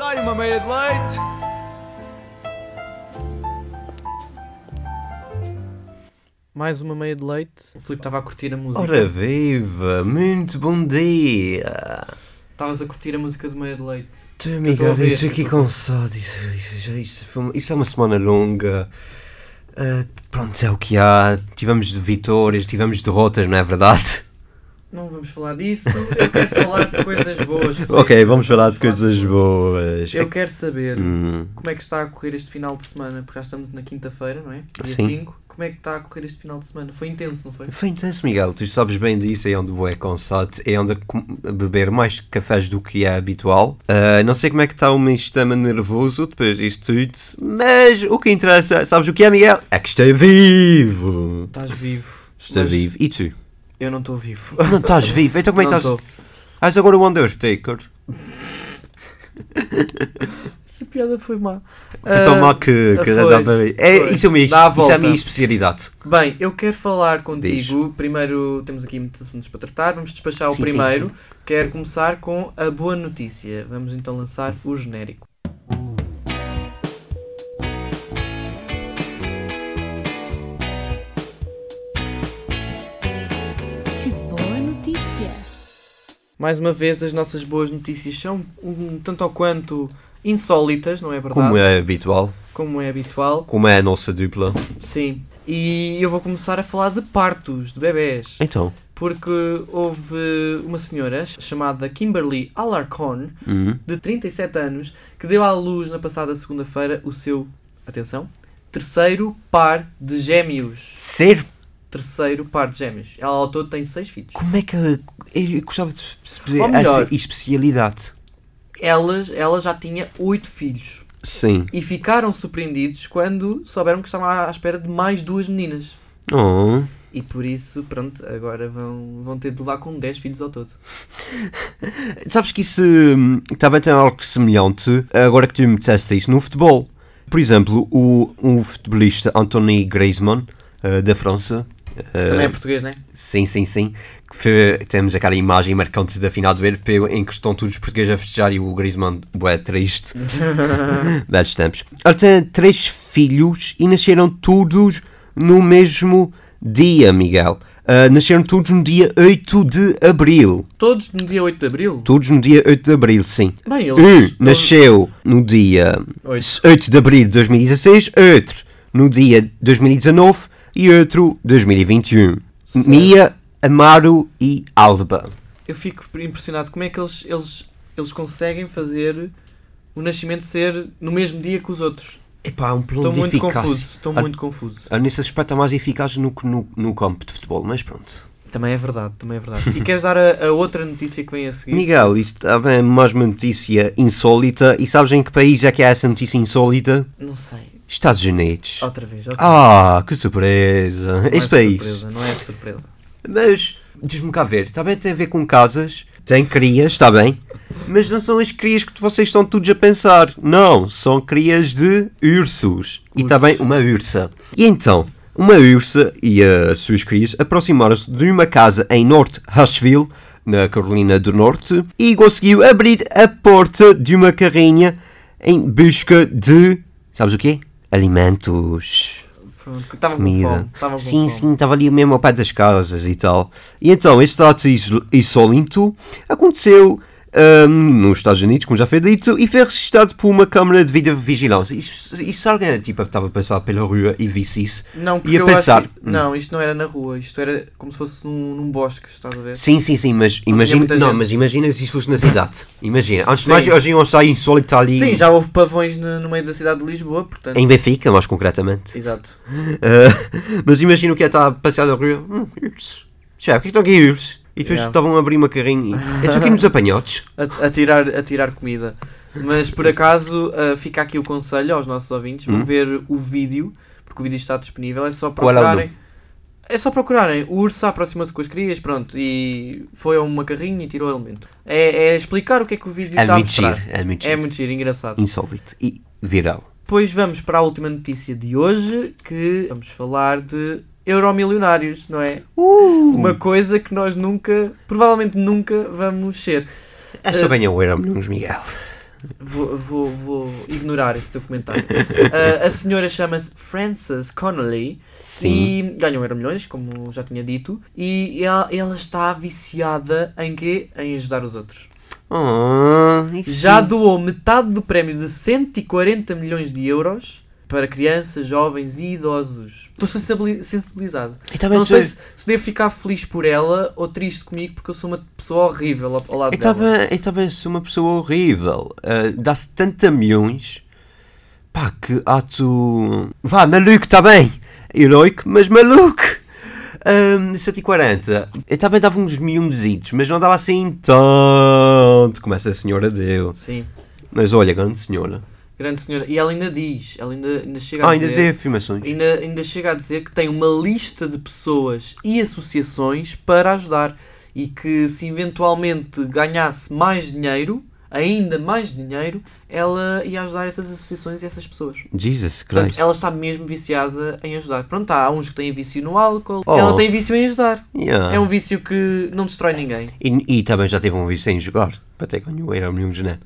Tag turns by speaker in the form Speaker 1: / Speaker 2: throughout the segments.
Speaker 1: I made it late.
Speaker 2: Mais uma meia de leite. O Filipe estava a curtir a música.
Speaker 3: Ora viva, muito bom dia!
Speaker 2: Estavas a curtir a música de meia de leite. estou
Speaker 3: Estou
Speaker 2: a
Speaker 3: amiga,
Speaker 2: ver,
Speaker 3: eu estou aqui
Speaker 2: eu estou-
Speaker 3: com sede. Isso, já- isso foi uma- isso é uma semana longa. Ah, pronto, é o que há. Tivemos de vitórias, tivemos derrotas, não é verdade?
Speaker 2: Não vamos falar disso. Eu quero falar de coisas boas. Filipe.
Speaker 3: Ok, vamos falar de coisas boas. É
Speaker 2: Eu quero saber
Speaker 3: Hum,
Speaker 2: como é que está a correr este final de semana, porque já estamos na quinta-feira, não é? Dia
Speaker 3: Sim.
Speaker 2: 5. Como é que está a correr este final de semana? Foi intenso, não foi?
Speaker 3: Foi intenso, Miguel. Tu sabes bem disso. É onde o é consate, é onde a com- a beber mais cafés do que é habitual. Ah, não sei como é que está o meu sistema nervoso depois disto tudo, mas o que interessa, sabes o que é, Miguel? É que estou vivo.
Speaker 2: Estás vivo.
Speaker 3: Estou
Speaker 2: Mas
Speaker 3: vivo. E tu?
Speaker 2: Eu não estou vivo.
Speaker 3: Não estás vivo? Então como é que
Speaker 2: Não
Speaker 3: estás?
Speaker 2: tô.
Speaker 3: És agora o Undertaker.
Speaker 2: Essa piada foi má.
Speaker 3: Foi tão
Speaker 2: Ah,
Speaker 3: mal que, que
Speaker 2: foi,
Speaker 3: dá para... É,
Speaker 2: foi.
Speaker 3: isso é, o meu-
Speaker 2: Dá a
Speaker 3: isso é a
Speaker 2: volta.
Speaker 3: minha especialidade.
Speaker 2: Bem, eu quero falar contigo. Primeiro, temos aqui muitos assuntos para tratar. Vamos despachar o
Speaker 3: Sim, sim,
Speaker 2: primeiro. Quero começar com a boa notícia. Vamos então lançar o genérico.
Speaker 4: Que boa notícia!
Speaker 2: Mais uma vez, as nossas boas notícias são um tanto ou quanto insólitas, não é verdade?
Speaker 3: Como é habitual,
Speaker 2: Como é habitual.
Speaker 3: como é a nossa dupla.
Speaker 2: Sim. E eu vou começar a falar de partos, de bebés.
Speaker 3: Então,
Speaker 2: Porque houve uma senhora chamada Kimberly Alarcon,
Speaker 3: hum,
Speaker 2: de 37 anos, que deu à luz na passada segunda-feira o seu, atenção, terceiro par de gêmeos.
Speaker 3: ser...
Speaker 2: Terceiro par de gêmeos. Ela ao todo tem seis filhos.
Speaker 3: Como é que... Eu gostava de perceber
Speaker 2: Ou melhor-
Speaker 3: essa especialidade.
Speaker 2: Elas, ela já tinha oito filhos.
Speaker 3: Sim.
Speaker 2: E ficaram surpreendidos quando souberam que estavam à à espera de mais duas meninas.
Speaker 3: Oh.
Speaker 2: E por isso, pronto, agora vão, vão ter de levar com 10 filhos ao todo.
Speaker 3: Sabes que isso hum, também tem algo semelhante, agora que tu me disseste isso, no futebol. Por exemplo, o, um futebolista Anthony Griezmann, eh, da França... eh,
Speaker 2: Também é português, né?
Speaker 3: Sim, sim, sim. Que foi- temos aquela imagem marcante da final do europeu em que estão todos os portugueses a festejar e o Griezmann é triste. Belos tempos. Ele tem três filhos e nasceram todos no mesmo dia, Miguel. Ah, nasceram todos no dia 8 de abril.
Speaker 2: Todos no dia 8 de abril?
Speaker 3: Todos no dia 8 de abril, sim.
Speaker 2: Bem,
Speaker 3: Um
Speaker 2: eles.
Speaker 3: nasceu no dia
Speaker 2: Oito.
Speaker 3: 8 de abril de 2016, outro no dia 2019 e outro 2021.
Speaker 2: Certo.
Speaker 3: Mia, Amaro e Alba.
Speaker 2: eu fico impressionado como é que eles, eles, eles conseguem fazer o nascimento ser no mesmo dia que os outros.
Speaker 3: Epá, é um plano
Speaker 2: Estou
Speaker 3: de
Speaker 2: muito confuso.
Speaker 3: eficácia.
Speaker 2: Estou
Speaker 3: Ah.
Speaker 2: muito confuso.
Speaker 3: Ah, Nesse aspecto é mais eficaz no, que no, no campo de futebol, mas pronto.
Speaker 2: Também é verdade, também é verdade. E queres dar a, a outra notícia que vem a seguir?
Speaker 3: Miguel, isto também é mais uma notícia insólita. E sabes em que país é que há essa notícia insólita?
Speaker 2: Não sei.
Speaker 3: Estados Unidos.
Speaker 2: Outra vez. outra vez.
Speaker 3: Ah, que surpresa!
Speaker 2: Não
Speaker 3: este
Speaker 2: é
Speaker 3: país.
Speaker 2: surpresa, não é surpresa.
Speaker 3: Mas, diz-me cá ver, também tem a ver com casas, tem crias, está bem, mas não são as crias que vocês estão todos a pensar. Não, são crias de ursos. E
Speaker 2: Ursos.
Speaker 3: também uma ursa. E então, uma ursa e as suas crias aproximaram-se de uma casa em North Asheville, na Carolina do Norte, e conseguiu abrir a porta de uma carrinha em busca de. Sabes o quê? Alimentos
Speaker 2: Pronto, estava com
Speaker 3: comida.
Speaker 2: fome. Estava com
Speaker 3: Sim,
Speaker 2: fome.
Speaker 3: sim, estava ali mesmo ao pé das casas e tal. E então, este ato iso- insólito aconteceu ahm, nos Estados Unidos, como já foi dito, e foi registrado por uma câmara de videovigilância. E se e se alguém tipo, estava a passar pela rua e visse isso?
Speaker 2: Não, porque
Speaker 3: Ia
Speaker 2: eu
Speaker 3: pensar, hum.
Speaker 2: acho que- Não, isto não era na rua. Isto era como se fosse num, num bosque, estás a ver?
Speaker 3: Sim, sim, sim, mas imagina,
Speaker 2: muita
Speaker 3: não,
Speaker 2: gente.
Speaker 3: mas imagina se isso fosse na cidade. Imagina, antes de
Speaker 2: Sim.
Speaker 3: mais, hoje iam sair insólito está ali
Speaker 2: Sim, já houve pavões no, no meio da cidade de Lisboa, portanto.
Speaker 3: em Benfica, mais concretamente.
Speaker 2: Exato.
Speaker 3: Uh, mas imagina o que é estar a passear na rua. Hum, urso. Já, o que é que estão aqui urso? E depois
Speaker 2: Yeah.
Speaker 3: estavam a abrir uma carrinha. e- É tu aqui nos apanhotes?
Speaker 2: a, a tirar, a tirar comida. Mas por acaso ah, fica aqui o conselho aos nossos ouvintes: vão
Speaker 3: Hum.
Speaker 2: ver o vídeo, porque o vídeo está disponível. É só
Speaker 3: Qual é o
Speaker 2: procurarem. É só procurarem. O urso aproxima-se com as crias, pronto, e foi a uma carrinha e tirou o elemento. É, é explicar o que é que o vídeo
Speaker 3: É
Speaker 2: está a
Speaker 3: muito
Speaker 2: mostrar.
Speaker 3: giro, é muito
Speaker 2: É
Speaker 3: giro.
Speaker 2: muito giro, engraçado.
Speaker 3: Insólito e viral.
Speaker 2: Depois vamos para a última notícia de hoje, que vamos falar de euromilionários, não é?
Speaker 3: Uh.
Speaker 2: Uma coisa que nós nunca, provavelmente nunca, vamos ser.
Speaker 3: Esta bem é o Euro Milhões, Miguel.
Speaker 2: Vou, vou, vou ignorar esse teu comentário. Ah, a senhora chama-se Frances Connolly
Speaker 3: Sim.
Speaker 2: e ganhou um Euro Milhões, como já tinha dito, e ela, ela está viciada em quê? Em ajudar os outros.
Speaker 3: Oh, isso
Speaker 2: Já doou metade do prémio de 140 milhões de euros para crianças, jovens e idosos. Estou sensibili- sensibilizado.
Speaker 3: Eu também
Speaker 2: não sei
Speaker 3: sou-
Speaker 2: se, se devo ficar feliz por ela ou triste comigo porque eu sou uma pessoa horrível ao, ao lado
Speaker 3: Eu
Speaker 2: dela.
Speaker 3: estava eu tava a ser uma pessoa horrível. Ah, Dá-se 70 milhões. Pá, que ato. Vá, maluco, está bem. Heroico, mas maluco. Ah, Ahm, 140. Eu também dava uns milhõezitos, mas não dava assim tanto como essa senhora deu.
Speaker 2: Sim,
Speaker 3: Mas olha, grande senhora.
Speaker 2: grande senhora. E ela ainda diz, ela ainda, ainda chega a
Speaker 3: Ah, ainda
Speaker 2: dizer...
Speaker 3: tem afirmações.
Speaker 2: Ainda, ainda chega a dizer que tem uma lista de pessoas e associações para ajudar e que se eventualmente ganhasse mais dinheiro, ainda mais dinheiro, ela ia ajudar essas associações e essas pessoas.
Speaker 3: Jesus
Speaker 2: Portanto,
Speaker 3: Christ.
Speaker 2: ela está mesmo viciada em ajudar. Pronto, há uns que têm vício no álcool,
Speaker 3: Oh. Ah.
Speaker 2: ela tem vício em ajudar.
Speaker 3: Yeah.
Speaker 2: É um vício que não destrói ninguém.
Speaker 3: e, e também já teve um vício em jogar. Para ter ganho o Euro Milhões, né?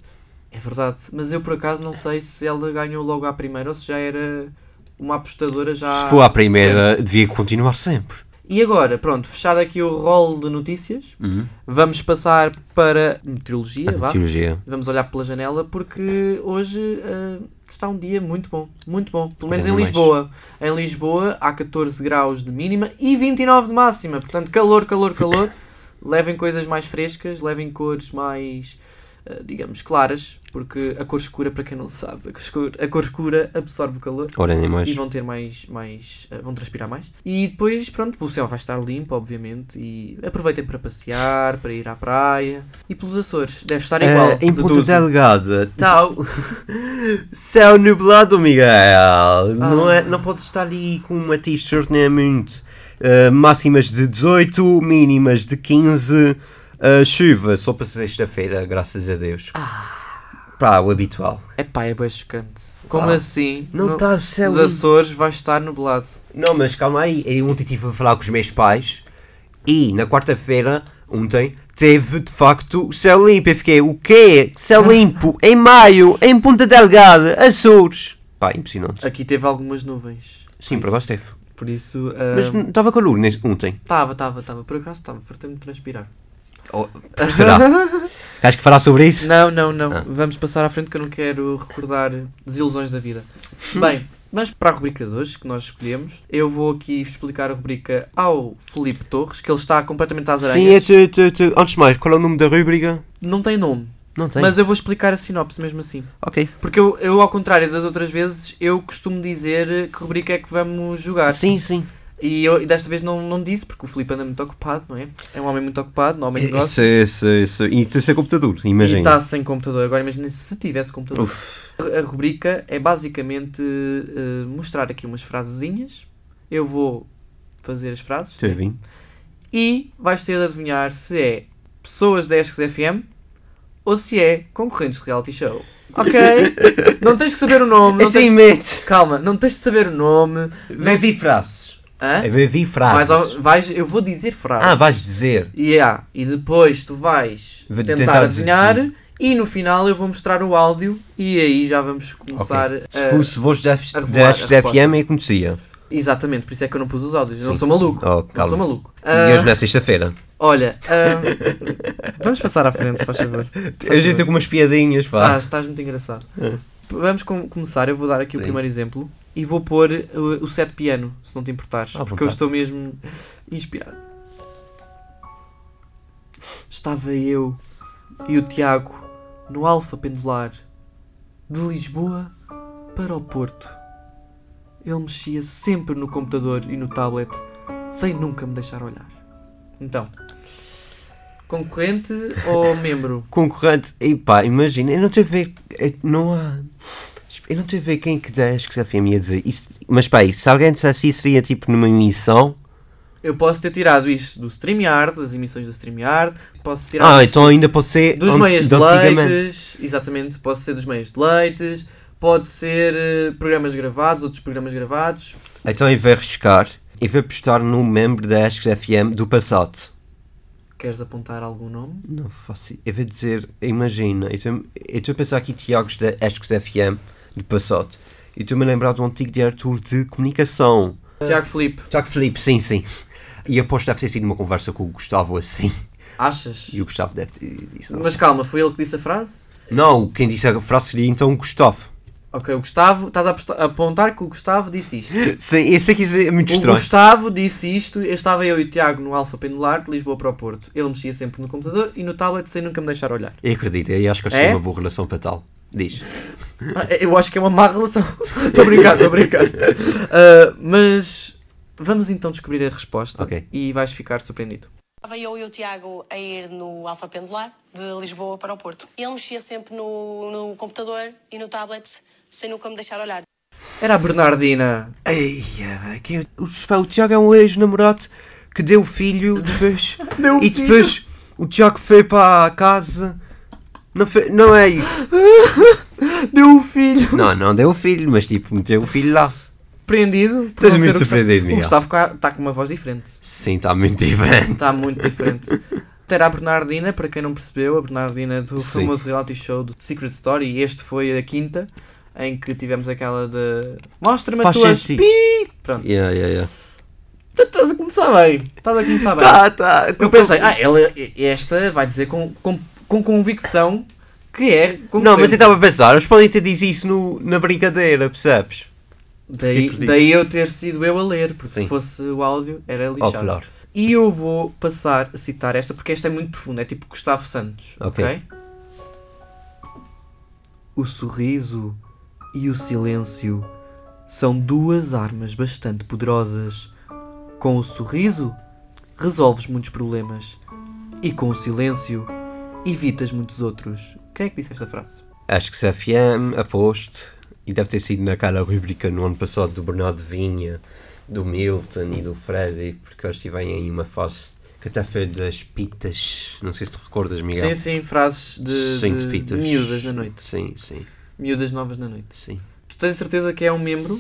Speaker 2: É verdade, mas eu por acaso não sei se ela ganhou logo à primeira ou se já era uma apostadora já.
Speaker 3: Se for à primeira, devia continuar sempre.
Speaker 2: E agora, pronto, fechado aqui o rol de notícias, vamos passar para meteorologia,
Speaker 3: Ah,
Speaker 2: vá.
Speaker 3: Cirurgia.
Speaker 2: Vamos olhar pela janela porque hoje ah, está um dia muito bom, muito bom. Pelo menos
Speaker 3: Ainda
Speaker 2: em
Speaker 3: mais.
Speaker 2: Lisboa. Em Lisboa há 14 graus de mínima e 29 de máxima. Portanto, calor, calor, calor. Levem coisas mais frescas, levem cores mais, ah, digamos, claras, porque a cor escura, para quem não sabe, a cor escura, a cor escura absorve o calor
Speaker 3: Ora, nem mais.
Speaker 2: e vão ter mais, mais eh, vão transpirar mais e depois pronto o céu vai estar limpo obviamente e aproveitem para passear para ir à praia e pelos Açores deve estar igual
Speaker 3: Eh, em
Speaker 2: de
Speaker 3: Ponta
Speaker 2: tudo.
Speaker 3: Delgada, tal. Céu nublado, Miguel.
Speaker 2: Ah.
Speaker 3: Não, é, não pode estar ali com uma t-shirt nem é muito. Eh, máximas de 18, mínimas de 15. Eh, chuva só para sexta-feira, graças a Deus.
Speaker 2: Ah.
Speaker 3: Pá, o habitual.
Speaker 2: Epá, é bem chocante como
Speaker 3: Ah,
Speaker 2: assim
Speaker 3: Não está o céu.
Speaker 2: os
Speaker 3: lim-
Speaker 2: Açores vai estar nublado
Speaker 3: Não, mas calma aí. Eu ontem estive a falar com os meus pais e na quarta-feira, ontem, teve de facto céu limpo. Eu fiquei, o quê? Céu limpo em maio, em Ponta Delgada, Açores. Pá, impressionante.
Speaker 2: aqui teve algumas nuvens
Speaker 3: Sim, para
Speaker 2: por Ah, isso, Ah.
Speaker 3: baixo teve.
Speaker 2: por isso eh,
Speaker 3: Mas não estava calor nesse- ontem.
Speaker 2: estava estava estava por acaso estava fartei-me de transpirar Oh.
Speaker 3: Ou- será? Queres que falar sobre isso?
Speaker 2: Não, não, não.
Speaker 3: Ah.
Speaker 2: Vamos passar à frente que eu não quero recordar desilusões da vida.
Speaker 3: Hum.
Speaker 2: Bem, mas para a rubrica de hoje que nós escolhemos, eu vou aqui explicar a rubrica ao Felipe Torres, que ele está completamente às
Speaker 3: Sim, é
Speaker 2: aranhas.
Speaker 3: tu, tu, tu. Antes de mais, qual é o nome da rúbrica?
Speaker 2: Não tem nome,
Speaker 3: Não tem.
Speaker 2: mas eu vou explicar a sinopse mesmo assim.
Speaker 3: Ok.
Speaker 2: Porque eu, eu, ao contrário das outras vezes, eu costumo dizer que rubrica é que vamos jogar.
Speaker 3: Sim, sim.
Speaker 2: E eu e desta vez não, não disse, porque o Felipe anda muito ocupado, não é? É um homem muito ocupado, um homem
Speaker 3: É,
Speaker 2: de negócio.
Speaker 3: E tu sem computador,
Speaker 2: E
Speaker 3: imagina.
Speaker 2: está sem computador. Agora imagina se tivesse computador.
Speaker 3: Uf.
Speaker 2: A rubrica é basicamente eh, mostrar aqui umas frasezinhas. Eu vou fazer as frases
Speaker 3: Tu é vinho.
Speaker 2: e vais ter de adivinhar se é pessoas da Esques FM ou se é concorrentes de reality show. Ok? não tens que saber o nome. Não
Speaker 3: Eu
Speaker 2: tens...
Speaker 3: tenho medo.
Speaker 2: Calma, não tens de saber o nome.
Speaker 3: Bevi frases.
Speaker 2: Hã?
Speaker 3: É bevi frases.
Speaker 2: Vais ao- vais- eu vou dizer frases.
Speaker 3: Ah, vais dizer.
Speaker 2: Yeah. E depois tu vais
Speaker 3: Vou
Speaker 2: tentar,
Speaker 3: tentar
Speaker 2: adivinhar e no final eu vou mostrar o áudio e aí já vamos começar
Speaker 3: Ok.
Speaker 2: a-
Speaker 3: Se fosse voz da F-
Speaker 2: Eh, a revelar
Speaker 3: da
Speaker 2: a
Speaker 3: Ashes FM,
Speaker 2: resposta.
Speaker 3: eu conhecia.
Speaker 2: Exatamente, por isso é que eu não pus os áudios. Eu não
Speaker 3: Sim.
Speaker 2: sou maluco.
Speaker 3: Oh,
Speaker 2: não
Speaker 3: calma.
Speaker 2: sou maluco.
Speaker 3: E
Speaker 2: Ah,
Speaker 3: hoje não é sexta-feira.
Speaker 2: Olha, ah, vamos passar à frente, se faz favor.
Speaker 3: Hoje eu tenho com umas piadinhas, pá.
Speaker 2: Estás, estás muito engraçado. Vamos com- começar. Eu vou dar aqui o
Speaker 3: É. Sim.
Speaker 2: primeiro exemplo e vou pôr uh, o set piano, se não te importares.
Speaker 3: À
Speaker 2: porque eu
Speaker 3: vontade.
Speaker 2: estou mesmo inspirado. Estava eu e o Tiago no Alfa Pendular de Lisboa para o Porto. Ele mexia sempre no computador e no tablet sem nunca me deixar olhar. Então, concorrente ou membro?
Speaker 3: Concorrente. E pá, imagina, eu não estou a ver. é que Não há. Eu não estou a ver quem que da Ashes FM ia dizer isso. Mas pá, se alguém dissesse isso, seria tipo numa missão.
Speaker 2: Eu posso ter tirado isto do StreamYard, das emissões do StreamYard, posso ter tirado
Speaker 3: Ah,
Speaker 2: isto
Speaker 3: então ainda pode ser.
Speaker 2: dos
Speaker 3: an- então
Speaker 2: meias de
Speaker 3: antigamente.
Speaker 2: leites, exatamente, pode ser dos meias de leites, pode ser eh, programas gravados, outros programas gravados.
Speaker 3: Então eu vou arriscar e vou apostar num membro da Ashes FM do passado.
Speaker 2: Queres apontar algum nome?
Speaker 3: Não faço. Eu vou dizer, imagina, eu estou- eu estou a pensar aqui Tiagos da Esques FM, do Passote, e estou-me a lembrar do antigo diretor de comunicação,
Speaker 2: Tiago Felipe,
Speaker 3: Tiago Felipe, sim, sim. E aposto que deve ter sido uma conversa com o Gustavo assim.
Speaker 2: achas?
Speaker 3: E o Gustavo deve ter dito. Não,
Speaker 2: Mas calma, foi ele que disse a frase?
Speaker 3: não, quem disse a frase seria então o Gustavo.
Speaker 2: Ok, o Gustavo, estás a aposta- apontar que o Gustavo disse isto.
Speaker 3: Sim, eu sei que isso é muito
Speaker 2: O
Speaker 3: estranho.
Speaker 2: Gustavo disse isto, eu estava eu e o Tiago no Alfa Pendular de Lisboa para o Porto. Ele mexia sempre no computador e no tablet sem nunca me deixar olhar.
Speaker 3: Eu acredito, eu acho que eles
Speaker 2: É?
Speaker 3: têm uma boa relação para tal. Diz.
Speaker 2: Ah, Eu acho que é uma má relação. Estou a brincar, estou a brincar. Ah, mas vamos então descobrir a resposta
Speaker 3: Ok.
Speaker 2: e vais ficar surpreendido.
Speaker 1: Estava eu e o Tiago a ir no Alfa Pendular, de Lisboa para o Porto. Ele mexia sempre no, no computador e no tablet, sem nunca me deixar olhar.
Speaker 2: Era a Bernardina.
Speaker 3: Ei, é, quem é o- o- pá, o Tiago é um ex-namorado que deu o filho depois.
Speaker 2: Deu o
Speaker 3: e depois o Tiago foi para a casa. Não, foi- não é isso.
Speaker 2: Deu
Speaker 3: um
Speaker 2: o filho.
Speaker 3: não, não deu o filho, mas tipo, meteu o filho lá.
Speaker 2: Prendido. por
Speaker 3: Estás
Speaker 2: não ser
Speaker 3: muito
Speaker 2: o Gustavo.
Speaker 3: surpreendido, Miguel.
Speaker 2: O Gustavo cá- está com uma voz diferente.
Speaker 3: Sim, está muito diferente.
Speaker 2: Está muito diferente. Era a Bernardina, para quem não percebeu, a Bernardina do
Speaker 3: Sim.
Speaker 2: famoso reality show do Secret Story. E este foi a quinta, em que tivemos aquela de... Mostra-me a
Speaker 3: Faz
Speaker 2: tua
Speaker 3: sentido.
Speaker 2: pi... Pronto.
Speaker 3: Yeah, yeah, yeah.
Speaker 2: Estás a começar bem. Estás a começar bem.
Speaker 3: Tá, tá.
Speaker 2: Eu pensei, ah, ela, esta vai dizer com, com, com convicção que é. competente.
Speaker 3: Não, mas então eu estava a pensar, eles podem ter dito isso no- na brincadeira, percebes?
Speaker 2: daí,
Speaker 3: Fiquei perdido.
Speaker 2: daí eu ter sido eu a ler, porque se
Speaker 3: Tipo, Sim.
Speaker 2: fosse o áudio era
Speaker 3: Oh,
Speaker 2: lixado.
Speaker 3: claro.
Speaker 2: E eu vou passar a citar esta, porque esta é muito profunda, é tipo Gustavo Santos, ok?
Speaker 3: Ok.
Speaker 2: O sorriso e o silêncio são duas armas bastante poderosas. Com o sorriso, resolves muitos problemas. E com o silêncio, evitas muitos outros. Quem é que disse esta frase?
Speaker 3: Acho que se FM, aposto, e deve ter sido naquela rubrica no ano passado do Bernardo Vinha, do Milton e do Freddy, porque eles tiverem aí uma face que até foi das pitas, não sei se te recordas, Miguel.
Speaker 2: Sim, sim, frases de,
Speaker 3: Sim,
Speaker 2: de
Speaker 3: pitas.
Speaker 2: miúdas na noite.
Speaker 3: Sim, sim,
Speaker 2: Miúdas novas na noite.
Speaker 3: sim.
Speaker 2: Tu tens certeza que é um membro?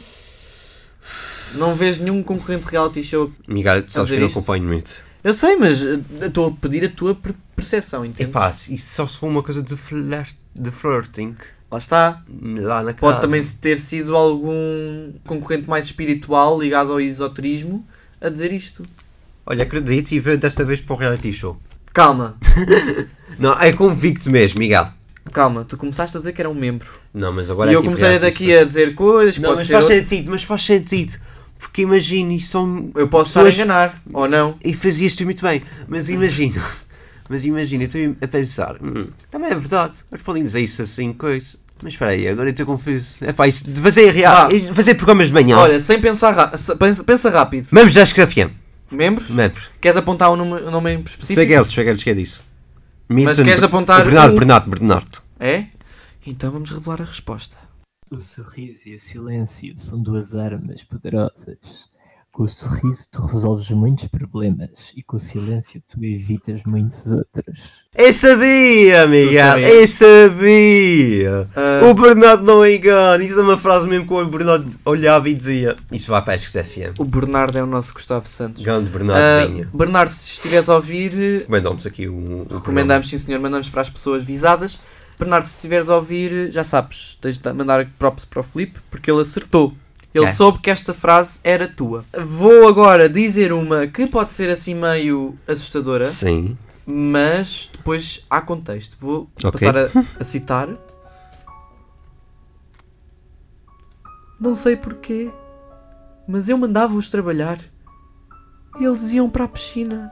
Speaker 2: Não vês nenhum concorrente reality show?
Speaker 3: Miguel, tu sabes
Speaker 2: ver
Speaker 3: que eu não
Speaker 2: isto?
Speaker 3: acompanho muito.
Speaker 2: Eu sei, mas eh, estou a pedir a tua per- percepção, entende?
Speaker 3: Epá, isso só se for uma coisa de, flir de flirting,
Speaker 2: Lá está.
Speaker 3: lá na
Speaker 2: Pode
Speaker 3: casa.
Speaker 2: também ter sido algum concorrente mais espiritual ligado ao esoterismo a dizer isto.
Speaker 3: Olha, acredito e vê desta vez para o reality show.
Speaker 2: Calma,
Speaker 3: Não, é convicto mesmo, Miguel.
Speaker 2: calma, tu começaste a dizer que era um membro.
Speaker 3: Não, mas agora
Speaker 2: e
Speaker 3: é
Speaker 2: eu
Speaker 3: tipo
Speaker 2: comecei
Speaker 3: reality
Speaker 2: daqui
Speaker 3: show.
Speaker 2: a dizer coisas, que
Speaker 3: Não,
Speaker 2: pode
Speaker 3: mas
Speaker 2: ser.
Speaker 3: faz
Speaker 2: outro.
Speaker 3: sentido, mas faz sentido. Porque imagina, isso são.
Speaker 2: Eu posso estar a
Speaker 3: pessoas-
Speaker 2: enganar, ou não?
Speaker 3: E fazias-te muito bem, mas imagina. mas imagina, eu estou a pensar. "Hum, também é verdade, eles podem dizer isso assim, coisa. Mas espera aí, agora eu estou confuso. É pá, isso de fazer real.
Speaker 2: Ah.
Speaker 3: de Fazer programas de manhã.
Speaker 2: Olha, sem pensar, ra- se- pensa, pensa rápido.
Speaker 3: Vamos já escrever.
Speaker 2: Membros?
Speaker 3: Membros.
Speaker 2: Queres apontar um nome, um nome específico?
Speaker 3: Fegueles, Fegueles, que é disso. Milton,
Speaker 2: queres
Speaker 3: Ber-
Speaker 2: apontar
Speaker 3: Bernardo,
Speaker 2: um-
Speaker 3: Bernardo, Bernardo.
Speaker 2: É? Então vamos revelar a resposta.
Speaker 5: O sorriso e o silêncio são duas armas poderosas. Com o sorriso tu resolves muitos problemas e com o silêncio tu evitas muitos outros.
Speaker 3: Eu sabia, Miguel,
Speaker 2: sabias?
Speaker 3: eu sabia.
Speaker 2: Ah.
Speaker 3: O Bernardo não engana. Isso é uma frase mesmo que o Bernardo olhava e dizia: Isso vai para a SXFM.
Speaker 2: O Bernardo é o nosso Gustavo Santos.
Speaker 3: Grande
Speaker 2: Ah,
Speaker 3: Bernardo vinha.
Speaker 2: Bernardo, se estiveres a ouvir,
Speaker 3: Recomendamos aqui um. um programa.
Speaker 2: recomendamos, sim senhor, mandamos para as pessoas visadas. Bernardo, se estiveres a ouvir, já sabes, tens de mandar props para o Filipe, porque ele acertou. Ele
Speaker 3: É.
Speaker 2: soube que esta frase era tua. Vou agora dizer uma que pode ser assim meio assustadora,
Speaker 3: Sim.
Speaker 2: mas depois há contexto. Vou
Speaker 3: Ok.
Speaker 2: passar a, a citar. Não sei porquê, mas eu mandava-os trabalhar e eles iam para a piscina.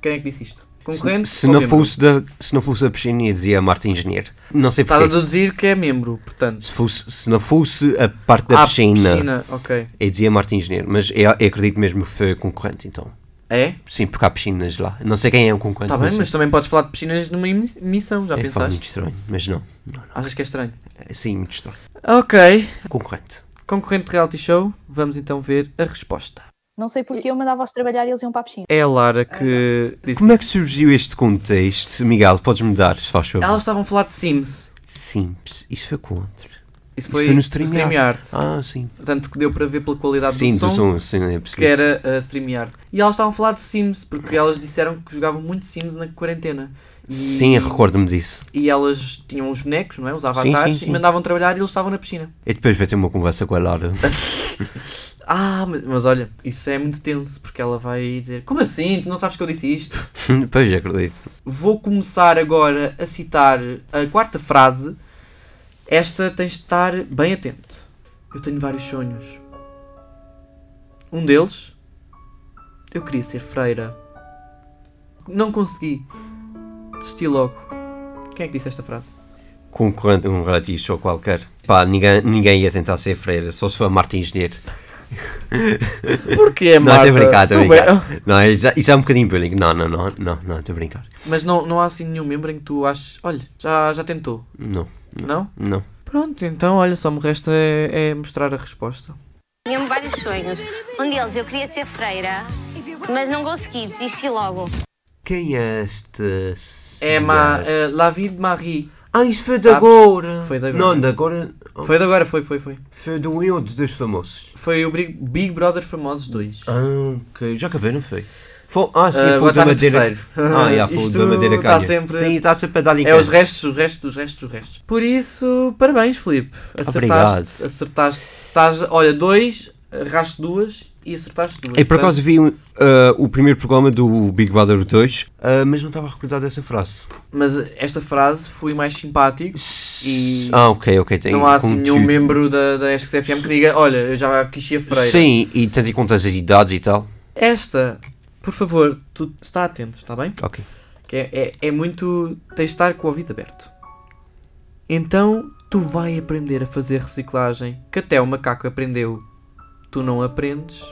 Speaker 2: Quem é que disse isto? Concorrente?
Speaker 3: Se
Speaker 2: ou
Speaker 3: não,
Speaker 2: membro?
Speaker 3: fosse da, se não fosse a piscina, ia dizer a Marta Engenheiro. Não sei
Speaker 2: Estás a
Speaker 3: porquê.
Speaker 2: deduzir que é membro, portanto.
Speaker 3: Se, fosse, se não fosse a parte da
Speaker 2: Ah,
Speaker 3: piscina,
Speaker 2: piscina, ok.
Speaker 3: eu dizia Marta Engenheiro. Mas eu, eu acredito mesmo que foi a concorrente, então.
Speaker 2: É?
Speaker 3: Sim, porque há piscinas lá. Não sei quem é o concorrente.
Speaker 2: Está Tá bem, mas
Speaker 3: mas
Speaker 2: também podes falar de piscinas numa emi- emissão, já
Speaker 3: é, é pá, muito
Speaker 2: pensaste?
Speaker 3: estranho. Mas não. não, não.
Speaker 2: Achas que é estranho?
Speaker 3: É, Sim, muito estranho.
Speaker 2: Ok.
Speaker 3: Concorrente.
Speaker 2: Concorrente de reality show, vamos então ver a resposta.
Speaker 6: Não sei porque eu mandava-os trabalhar e eles iam para a piscina.
Speaker 2: É a Lara que disse
Speaker 3: Como é que surgiu este contexto? Miguel, podes mudar, se faz favor.
Speaker 2: Elas estavam a falar de Sims.
Speaker 3: Sim, isso foi contra.
Speaker 2: Isso foi,
Speaker 3: foi no
Speaker 2: no
Speaker 3: StreamYard.
Speaker 2: StreamYard.
Speaker 3: Ah, sim.
Speaker 2: Tanto que deu para ver pela qualidade
Speaker 3: Sim,
Speaker 2: do som.
Speaker 3: do som, sim, é
Speaker 2: que
Speaker 3: possível.
Speaker 2: era a StreamYard. E elas estavam a falar de Sims, porque elas disseram que jogavam muito Sims na quarentena. E,
Speaker 3: Sim, recordo-me disso.
Speaker 2: E elas tinham os bonecos, não é? Os
Speaker 3: Sim,
Speaker 2: avatares,
Speaker 3: sim, sim.
Speaker 2: e mandavam trabalhar e eles estavam na piscina.
Speaker 3: E depois vai ter uma conversa com a Lara.
Speaker 2: Ah, mas, mas olha, isso é muito tenso, porque ela vai dizer: Como assim? Tu não sabes que eu disse isto?
Speaker 3: pois, acredito.
Speaker 2: Vou começar agora a citar a quarta frase. Esta tens de estar bem atento. Eu tenho vários sonhos. Um deles, eu queria ser freira. Não consegui. Desisti logo. Quem é que disse esta frase?
Speaker 3: Concorrente, um reality show qualquer. Pá, ninguém, ninguém ia tentar ser freira, só se for a Marta Engenheiro.
Speaker 2: Porque é
Speaker 3: Não, estou a brincar, estou a brincar. Não, isso, é- isso é um bocadinho bullying. Não, não, não, não, não, estou a brincar.
Speaker 2: Mas não, não há assim nenhum membro em que tu aches. Olha, já, já tentou.
Speaker 3: Não,
Speaker 2: Não?
Speaker 3: não.
Speaker 2: Pronto, então olha, só me resta é, é mostrar a resposta.
Speaker 7: Tinha-me vários sonhos. Um deles, eu queria ser freira, mas não consegui, desisti logo.
Speaker 3: Quem é este?
Speaker 2: É ma, eh, La Vie de Marie.
Speaker 3: Ah, isso foi de
Speaker 2: Sabe?
Speaker 3: agora.
Speaker 2: Foi de agora.
Speaker 3: Não, de agora. oh,
Speaker 2: Foi de agora, foi, foi, foi.
Speaker 3: Foi do eu dos dois famosos.
Speaker 2: Foi o Big, Big Brother Famosos 2.
Speaker 3: Ah, ok. Já acabei, não foi? Foi- ah, sim,
Speaker 2: Ah,
Speaker 3: foi
Speaker 2: agora
Speaker 3: o
Speaker 2: está
Speaker 3: da
Speaker 2: no
Speaker 3: Madeira.
Speaker 2: terceiro.
Speaker 3: Ah, já, foi o
Speaker 2: Isto
Speaker 3: da Madeira
Speaker 2: está
Speaker 3: Canha.
Speaker 2: sempre-
Speaker 3: Sim, está sempre a dar em
Speaker 2: É os
Speaker 3: casa.
Speaker 2: restos, os restos, os restos, os restos. Por isso, parabéns, Filipe. Acertaste.
Speaker 3: Obrigado.
Speaker 2: Acertaste. Estás, olha, dois, arraste duas e acertaste duas.
Speaker 3: E por acaso
Speaker 2: Portanto,
Speaker 3: vi ah, o primeiro programa do Big Brother 2, ah, mas não estava a recordar dessa frase.
Speaker 2: Mas esta frase foi mais simpático e
Speaker 3: Ah, ok, ok. Tem
Speaker 2: não há assim nenhum
Speaker 3: conteúdo.
Speaker 2: membro da, da SXFM que diga: Olha, eu já quis ser freira.
Speaker 3: Sim, e tanto em conta as idades e tal.
Speaker 2: Esta, por favor, tu está atento, está bem?
Speaker 3: Ok.
Speaker 2: Que é, é, é muito. Tens de estar com o ouvido aberto. Então, tu vai aprender a fazer reciclagem que até o macaco aprendeu. Tu não aprendes.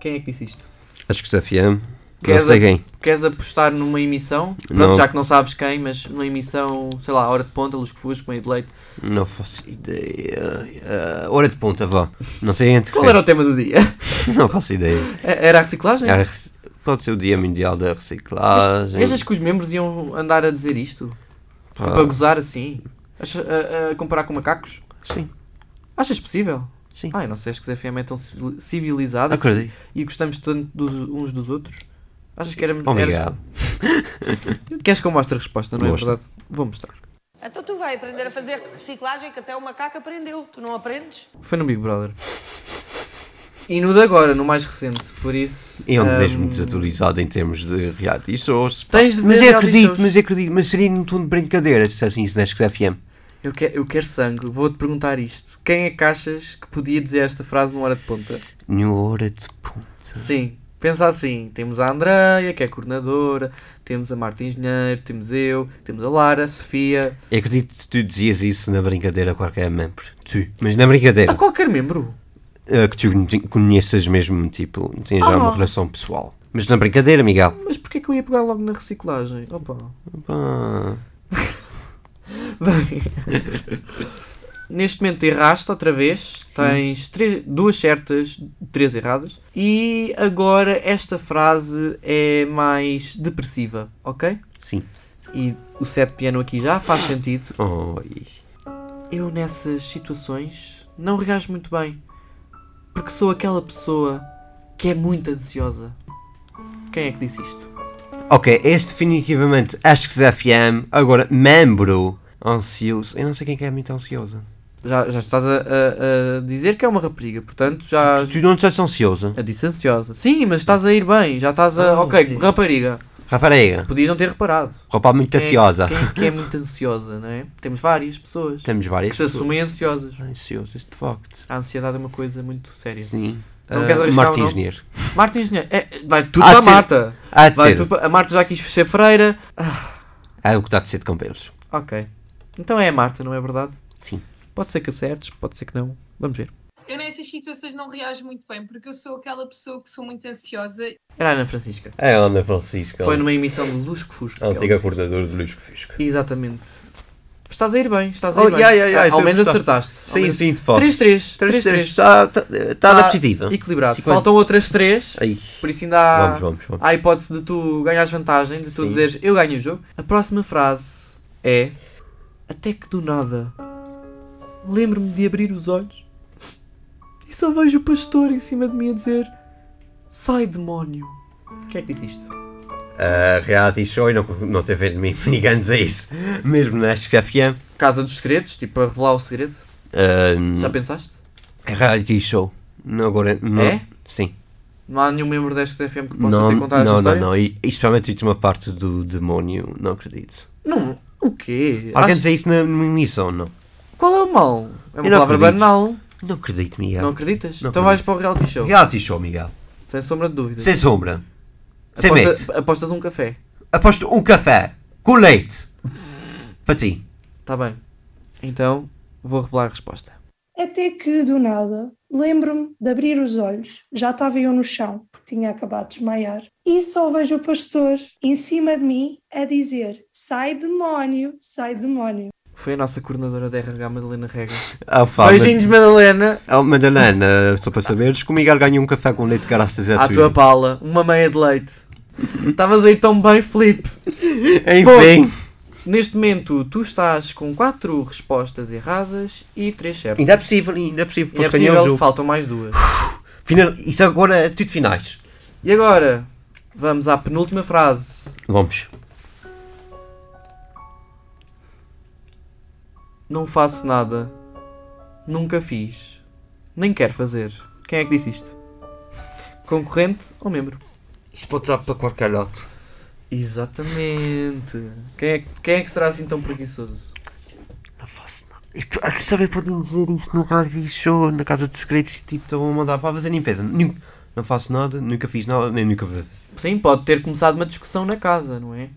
Speaker 2: Quem é que disse isto?
Speaker 3: Acho que desafiamos. Não
Speaker 2: Queres
Speaker 3: sei
Speaker 2: a-
Speaker 3: quem.
Speaker 2: Queres apostar numa emissão? Pronto,
Speaker 3: Não.
Speaker 2: já que não sabes quem, mas numa emissão, sei lá, hora de ponta, luz que fusco, meio de leite.
Speaker 3: Não faço ideia. Ah, hora de ponta, vá. Não sei entre
Speaker 2: Qual
Speaker 3: quem.
Speaker 2: era o tema do dia?
Speaker 3: Não faço ideia.
Speaker 2: É- Era a reciclagem?
Speaker 3: É a rec- Pode ser o Dia Mundial da Reciclagem.
Speaker 2: Achas que os membros iam andar a dizer isto?
Speaker 3: Pá,
Speaker 2: Tipo, a gozar assim? Acha- a- a comparar com macacos?
Speaker 3: Sim,
Speaker 2: Achas possível?
Speaker 3: Sim.
Speaker 2: Ai, não sei, acho que os FM é tão assim. civil- civilizados
Speaker 3: acredito.
Speaker 2: e gostamos tanto dos, uns dos outros. Achas que éramos.
Speaker 3: Obrigado.
Speaker 2: eras- Queres que eu mostre a resposta, não
Speaker 3: Mostra.
Speaker 2: é verdade? Vou mostrar.
Speaker 8: Então tu vai aprender a fazer reciclagem que até o macaco aprendeu. Tu não aprendes?
Speaker 2: Foi no Big Brother. E no de agora, no mais recente, por isso.
Speaker 3: Eu ando
Speaker 2: ahm,
Speaker 3: mesmo desatualizado em termos de reality shows. pá.
Speaker 2: Tens de ver
Speaker 3: mas eu
Speaker 2: reality
Speaker 3: acredito,
Speaker 2: shows.
Speaker 3: mas eu acredito. Mas seria num tom de brincadeira se dissessem isso na XFM.
Speaker 2: Eu, que- eu quero sangue, vou-te perguntar isto. Quem é que achas que podia dizer esta frase numa hora de ponta?
Speaker 3: Numa hora de ponta.
Speaker 2: Sim, pensa assim: temos a Andreia, que é coordenadora, temos a Marta Engenheiro, temos eu, temos a Lara, a Sofia.
Speaker 3: Eu acredito que tu dizias isso na brincadeira a qualquer membro. Tu. Mas na brincadeira.
Speaker 2: A qualquer membro.
Speaker 3: Ah, que tu te- conheças mesmo, tipo, tens já uma
Speaker 2: Ah.
Speaker 3: relação pessoal. Mas na brincadeira, Miguel.
Speaker 2: Mas porquê que eu ia pegar logo na reciclagem? Opa.
Speaker 3: Pá.
Speaker 2: Bem. Neste momento erraste outra vez. Tens três, duas certas, três erradas. E agora esta frase é mais depressiva, ok?
Speaker 3: Sim.
Speaker 2: E o set piano aqui já faz sentido.
Speaker 3: Oi.
Speaker 2: Eu nessas situações não reajo muito bem. Porque sou aquela pessoa que é muito ansiosa. Quem é que disse isto?
Speaker 3: Ok, este definitivamente acho que FM, agora membro ansioso. Eu não sei quem que é muito ansiosa.
Speaker 2: Já, já estás a, a- a dizer que é uma rapariga, portanto já.
Speaker 3: Tu não estás ansiosa?
Speaker 2: A disse ansiosa. Sim, mas estás a ir bem, já estás a.
Speaker 3: Ah,
Speaker 2: ok,
Speaker 3: ok.
Speaker 2: rapariga.
Speaker 3: Rapariga,
Speaker 2: Podias não ter reparado.
Speaker 3: rapaz muito
Speaker 2: Quem é-
Speaker 3: ansiosa.
Speaker 2: Quem é que é muito ansiosa, não é? Temos várias pessoas
Speaker 3: Temos
Speaker 2: que
Speaker 3: várias
Speaker 2: se assumem ansiosas.
Speaker 3: pessoas ansiosas, de facto.
Speaker 2: A ansiedade é uma coisa muito séria.
Speaker 3: Sim.
Speaker 2: Não
Speaker 3: Ah,
Speaker 2: queres arriscar
Speaker 3: Martin
Speaker 2: o nome?
Speaker 3: Engenheiro.
Speaker 2: Marta Engenheiro. É, vai tudo
Speaker 3: Há Ah, de
Speaker 2: para a
Speaker 3: ser.
Speaker 2: Marta.
Speaker 3: Há de
Speaker 2: Vai
Speaker 3: ser.
Speaker 2: tudo para... A Marta já quis ser freira.
Speaker 3: Ah, o que está de ser de campeões.
Speaker 2: Ok. Então é a Marta, não é verdade?
Speaker 3: Sim.
Speaker 2: Pode ser que acertes, pode ser que não. Vamos ver.
Speaker 9: Eu nessas situações não reajo muito bem, porque eu sou aquela pessoa que sou muito ansiosa
Speaker 2: Era a Ana Francisca.
Speaker 3: É a Ana Francisca.
Speaker 2: Foi numa emissão de Luz que Fusca.
Speaker 3: a
Speaker 2: que
Speaker 3: antiga
Speaker 2: ela-
Speaker 3: coordenadora do Luís Fisco.
Speaker 2: Exatamente. Estás a ir bem, estás a ir
Speaker 3: Oh,
Speaker 2: bem.
Speaker 3: yeah, yeah, yeah,
Speaker 2: Ah, Ao
Speaker 3: estou a
Speaker 2: menos
Speaker 3: gostar.
Speaker 2: acertaste. Ao
Speaker 3: Sim,
Speaker 2: menos-
Speaker 3: sim, de facto.
Speaker 2: 3-3.
Speaker 3: 3-3.
Speaker 2: 3-3.
Speaker 3: Está tá, tá
Speaker 2: Ah,
Speaker 3: na positiva.
Speaker 2: Equilibrado.
Speaker 3: 50.
Speaker 2: Faltam outras 3.
Speaker 3: Aí.
Speaker 2: Por isso ainda há,
Speaker 3: Vamos, vamos, vamos.
Speaker 2: há a hipótese de tu ganhares vantagem, de tu
Speaker 3: Sim.
Speaker 2: dizeres eu ganho o jogo. A próxima frase é Até que do nada Lembro-me de abrir os olhos e só vejo o pastor em cima de mim a dizer: Sai, demónio! Quem é que disse isto?
Speaker 3: A reality show e não, não teve de mim ninguém dizer isso. Mesmo né? na XFM.
Speaker 2: Casa dos segredos, tipo a revelar o segredo. Já
Speaker 3: Uh,
Speaker 2: pensaste?
Speaker 3: reality show. Não, agora, não.
Speaker 2: É?
Speaker 3: Sim.
Speaker 2: Não há nenhum membro desta FM que possa
Speaker 3: Não,
Speaker 2: ter contado esta
Speaker 3: não, não,
Speaker 2: história?
Speaker 3: não. E, e especialmente a última parte do demónio, não acredito.
Speaker 2: não. O quê?
Speaker 3: Alguém
Speaker 2: Achas-
Speaker 3: dizer isso na, numa emissão, não?
Speaker 2: Qual é o mal? É uma
Speaker 3: Eu não
Speaker 2: palavra
Speaker 3: acredito.
Speaker 2: banal.
Speaker 3: Não acredito, Miguel.
Speaker 2: Não acreditas?
Speaker 3: Não
Speaker 2: então
Speaker 3: acredito.
Speaker 2: vais para o reality show.
Speaker 3: Reality show, Miguel.
Speaker 2: Sem sombra de dúvida.
Speaker 3: Sem sombra. Sem leite.
Speaker 2: Aposta- apostas um café.
Speaker 3: Aposto um café com leite. Para ti.
Speaker 2: Está Tá bem. Então, vou revelar a resposta.
Speaker 10: Até que, do nada, lembro-me de abrir os olhos, já estava eu no chão, porque tinha acabado de desmaiar, e só vejo o pastor em cima de mim a dizer: sai demónio, sai demónio.
Speaker 2: Foi a nossa coordenadora de RH, Madalena Rega.
Speaker 3: Ah, fala.
Speaker 2: Beijinhos, Madalena.
Speaker 3: Oh, Madalena, só para saberes que o Miguel ganhou um café com leite graças a
Speaker 2: À tua pala. Uma meia de leite. Estavas a ir tão bem, Filipe.
Speaker 3: Enfim.
Speaker 2: Neste momento, tu estás com 4 respostas erradas e 3 certas.
Speaker 3: Ainda é possível, ainda é possível.
Speaker 2: E é
Speaker 3: Podes ganhar o
Speaker 2: possível,
Speaker 3: jogo.
Speaker 2: faltam mais duas.
Speaker 3: Final, isso agora é tudo finais.
Speaker 2: E agora, vamos à penúltima frase.
Speaker 3: Vamos.
Speaker 2: Não faço nada. Nunca fiz. Nem quero fazer. Quem é que disse isto? Concorrente ou membro?
Speaker 3: Isto pode estar para qualquer lote.
Speaker 2: Exatamente. Quem é, quem é que será assim tão preguiçoso?
Speaker 3: Não faço nada. Isto, ah, sabem, podem dizer isto no reality show, na casa dos segredos, tipo, estão a mandar para fazer limpeza. Nenhum- Não faço nada, nunca fiz nada, nem nunca vou fazer.
Speaker 2: Sim, pode ter começado uma discussão na casa, não é?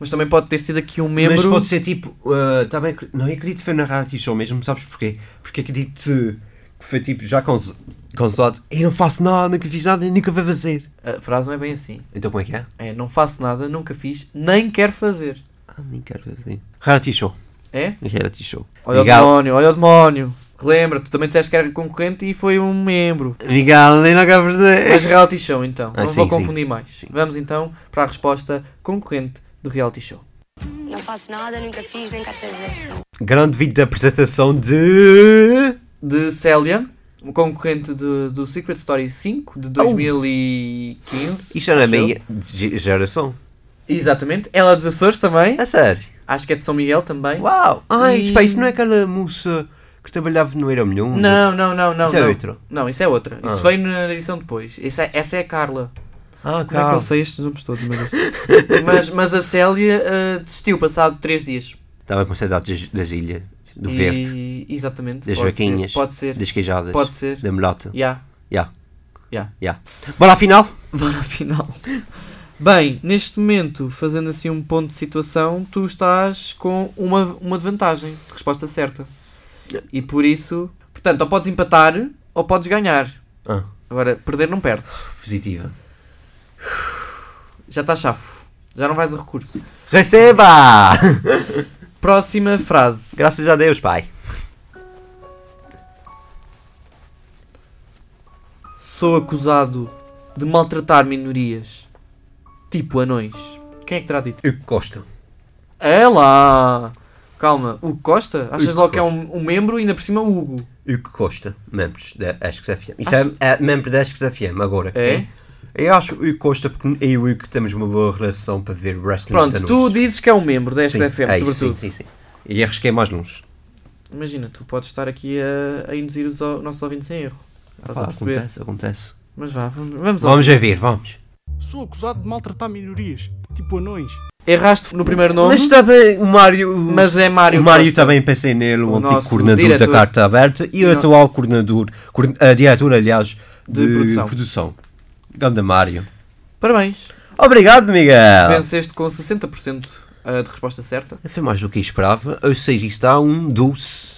Speaker 2: Mas também pode ter sido aqui um membro.
Speaker 3: Mas pode ser tipo, ah, também, acre- não eu acredito que foi na reality show mesmo, sabes porquê? Porque acredito que foi tipo, já cons- cansado, eu não faço nada, nunca fiz nada, nunca vou fazer.
Speaker 2: A frase não é bem assim.
Speaker 3: Então como é que é?
Speaker 2: É, não faço nada, nunca fiz, nem quero fazer.
Speaker 3: Ah, nem quero fazer. Reality show.
Speaker 2: É?
Speaker 3: Reality show.
Speaker 2: Olha o
Speaker 3: Miguel,
Speaker 2: demónio, olha o demónio. Relembra, tu também disseste que era concorrente e foi um membro.
Speaker 3: Miguel, nem nunca vou fazer.
Speaker 2: Mas reality show então,
Speaker 3: Ah,
Speaker 2: não
Speaker 3: sim,
Speaker 2: vou
Speaker 3: sim.
Speaker 2: confundir mais. Vamos então para a resposta concorrente do reality show.
Speaker 7: Não faço nada, nunca fiz, nem quero fazer.
Speaker 3: Grande vídeo da apresentação de...
Speaker 2: De Célia, um concorrente de- do Secret Story 5 de 2015.
Speaker 3: Isto é era a
Speaker 2: acho eu.
Speaker 3: minha ge- geração.
Speaker 2: Exatamente, ela é dos Açores também,
Speaker 3: É sério.
Speaker 2: acho que é de São Miguel também.
Speaker 3: Uau! Ai,
Speaker 2: E-
Speaker 3: espera, isso não é aquela moça que trabalhava no Euro Milhão?
Speaker 2: Não, não, não, não.
Speaker 3: Isso é
Speaker 2: não.
Speaker 3: outra.
Speaker 2: Não, isso é outra. Isso
Speaker 3: Ah.
Speaker 2: veio na edição depois. Essa é, essa é a Carla.
Speaker 3: Ah,
Speaker 2: Como é que
Speaker 3: claro.
Speaker 2: eu sei estes nomes todos, meu Deus? mas, mas a Célia ah, desistiu passado 3 dias.
Speaker 3: Estava com saudades das, das ilhas, do
Speaker 2: E-
Speaker 3: verde,
Speaker 2: Exatamente.
Speaker 3: das
Speaker 2: pode
Speaker 3: vaquinhas,
Speaker 2: Ser, pode ser.
Speaker 3: das queijadas,
Speaker 2: Pode ser.
Speaker 3: da melota.
Speaker 2: Já,
Speaker 3: Já,
Speaker 2: já.
Speaker 3: já. Bora à final?
Speaker 2: Bora à final. Bem, neste momento, fazendo assim um ponto de situação, tu estás com uma, uma vantagem de resposta certa. E por isso, portanto, ou podes empatar ou podes ganhar.
Speaker 3: Ah,
Speaker 2: Agora, perder não perdes.
Speaker 3: positiva.
Speaker 2: Já está chafo. Já não vais a recurso.
Speaker 3: Receba!
Speaker 2: Próxima frase.
Speaker 3: Graças a Deus, pai.
Speaker 2: Sou acusado de maltratar minorias. Tipo anões. Quem é que terá dito?
Speaker 3: Hugo Costa.
Speaker 2: É lá! Calma, Hugo Costa? Achas
Speaker 3: Hugo
Speaker 2: logo que é um, um membro e ainda por cima Hugo?
Speaker 3: Hugo Costa, membros da XFM. Isso é, é membro da XFM agora.
Speaker 2: Ah, É?
Speaker 3: Eu acho o Hugo Costa, porque eu e o Hugo temos uma boa relação para ver wrestling. da
Speaker 2: Pronto,
Speaker 3: noite.
Speaker 2: tu dizes que é um membro da
Speaker 3: Sim,
Speaker 2: SFM,
Speaker 3: é isso,
Speaker 2: sobretudo.
Speaker 3: Sim, sim, sim. E arrisquei mais longe.
Speaker 2: Imagina, tu podes estar aqui a, a induzir os o- nossos ouvintes em erro. Estás a perceber?
Speaker 3: acontece, acontece.
Speaker 2: Mas vá, vamos, vamos ao-
Speaker 3: Ah, Vamos a ver, vamos.
Speaker 11: Sou acusado de maltratar minorias, tipo anões.
Speaker 2: Erraste no primeiro nome.
Speaker 3: Mas também o Mário.
Speaker 2: Mas é Mário
Speaker 3: O Mário
Speaker 2: Costa.
Speaker 3: também pensei nele, o,
Speaker 2: O
Speaker 3: antigo
Speaker 2: nosso
Speaker 3: coordenador
Speaker 2: diretor.
Speaker 3: da Carta Aberta e o
Speaker 2: Não.
Speaker 3: atual coordenador, coorden- ah, diretor, aliás, de,
Speaker 2: De produção.
Speaker 3: produção. Ganda Mário.
Speaker 2: Parabéns.
Speaker 3: Obrigado, Miguel!
Speaker 2: Venceste com 60% a- ah, de resposta certa.
Speaker 3: Foi mais do que esperava, ou seja, isto está um doce.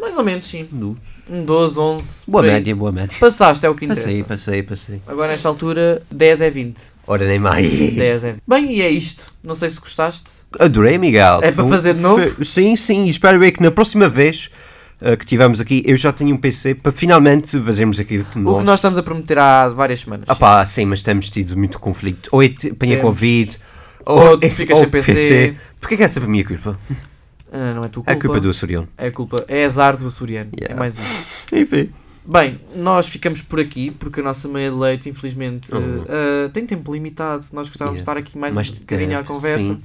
Speaker 2: Mais ou menos, sim.
Speaker 3: Um doce.
Speaker 2: Um 12, 11.
Speaker 3: Boa
Speaker 2: por aí.
Speaker 3: média, boa média.
Speaker 2: Passaste, é o que interessa.
Speaker 3: Passei, passei, passei.
Speaker 2: Agora, nesta altura, 10 é 20.
Speaker 3: Ora, nem mais.
Speaker 2: 10 é 20. Bem, e é isto. Não sei se gostaste.
Speaker 3: Adorei, Miguel.
Speaker 2: É para
Speaker 3: Foi- um-
Speaker 2: fazer de novo?
Speaker 3: foi- Sim, sim. e Espero é que na próxima vez ah, que tivermos aqui, eu já tenho um PC para finalmente fazermos aquilo que
Speaker 2: O que nós estamos a prometer há várias semanas.
Speaker 3: Ah pá, sim, mas temos tido muito conflito. Ou é te- apanha
Speaker 2: Temos.
Speaker 3: Covid,
Speaker 2: Ou tu ficas sem PC.
Speaker 3: Porquê que é sempre a minha culpa?
Speaker 2: Ah, não é tua culpa.
Speaker 3: É culpa do açoriano.
Speaker 2: É culpa, é azar do açoriano. É mais isso.
Speaker 3: Enfim.
Speaker 2: Bem, nós ficamos por aqui porque a nossa meia de leite, infelizmente, ah, tem tempo limitado. Nós gostávamos de estar aqui mais
Speaker 3: Oh. Mas,
Speaker 2: um bocadinho à
Speaker 3: eh,
Speaker 2: conversa.
Speaker 3: sim.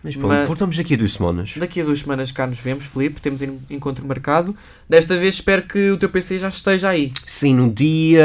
Speaker 3: Mas pronto,
Speaker 2: Mas-
Speaker 3: voltamos daqui a duas semanas.
Speaker 2: Daqui a duas semanas cá nos vemos, Filipe. Temos en- encontro marcado. Desta vez espero que o teu PC já esteja aí.
Speaker 3: Sim, no dia.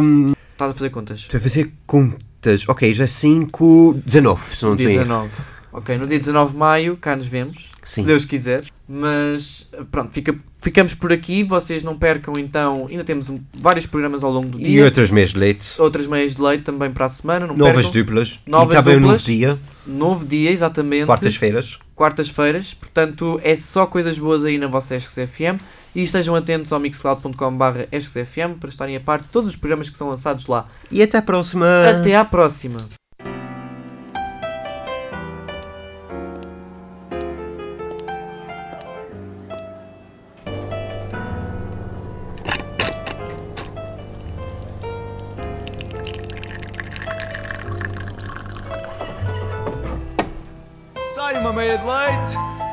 Speaker 3: hum,
Speaker 2: Estás a fazer contas.
Speaker 3: Estou a fazer contas. Ok, já é 5. 19, se não
Speaker 2: No dia
Speaker 3: tenho. erro.
Speaker 2: 19. Ok, no dia 19 de maio cá nos vemos.
Speaker 3: Sim.
Speaker 2: Se Deus quiser. Mas pronto, fica- ficamos por aqui. Vocês não percam então. Ainda temos um- vários programas ao longo do
Speaker 3: E
Speaker 2: dia.
Speaker 3: outras meias de leite.
Speaker 2: Outras meias de leite também para a semana. Não
Speaker 3: Novas
Speaker 2: percam.
Speaker 3: duplas.
Speaker 2: Novas
Speaker 3: e também um
Speaker 2: duplas.
Speaker 3: novo dia.
Speaker 2: Novo dia, exatamente.
Speaker 3: Quartas-feiras.
Speaker 2: quartas-feiras, portanto é só coisas boas aí na vossa ESCFM e estejam atentos ao mixcloud.com.br ESCFM para estarem a parte de todos os programas que são lançados lá.
Speaker 3: E até à próxima.
Speaker 2: Até à próxima!
Speaker 12: Sai uma meia de leite.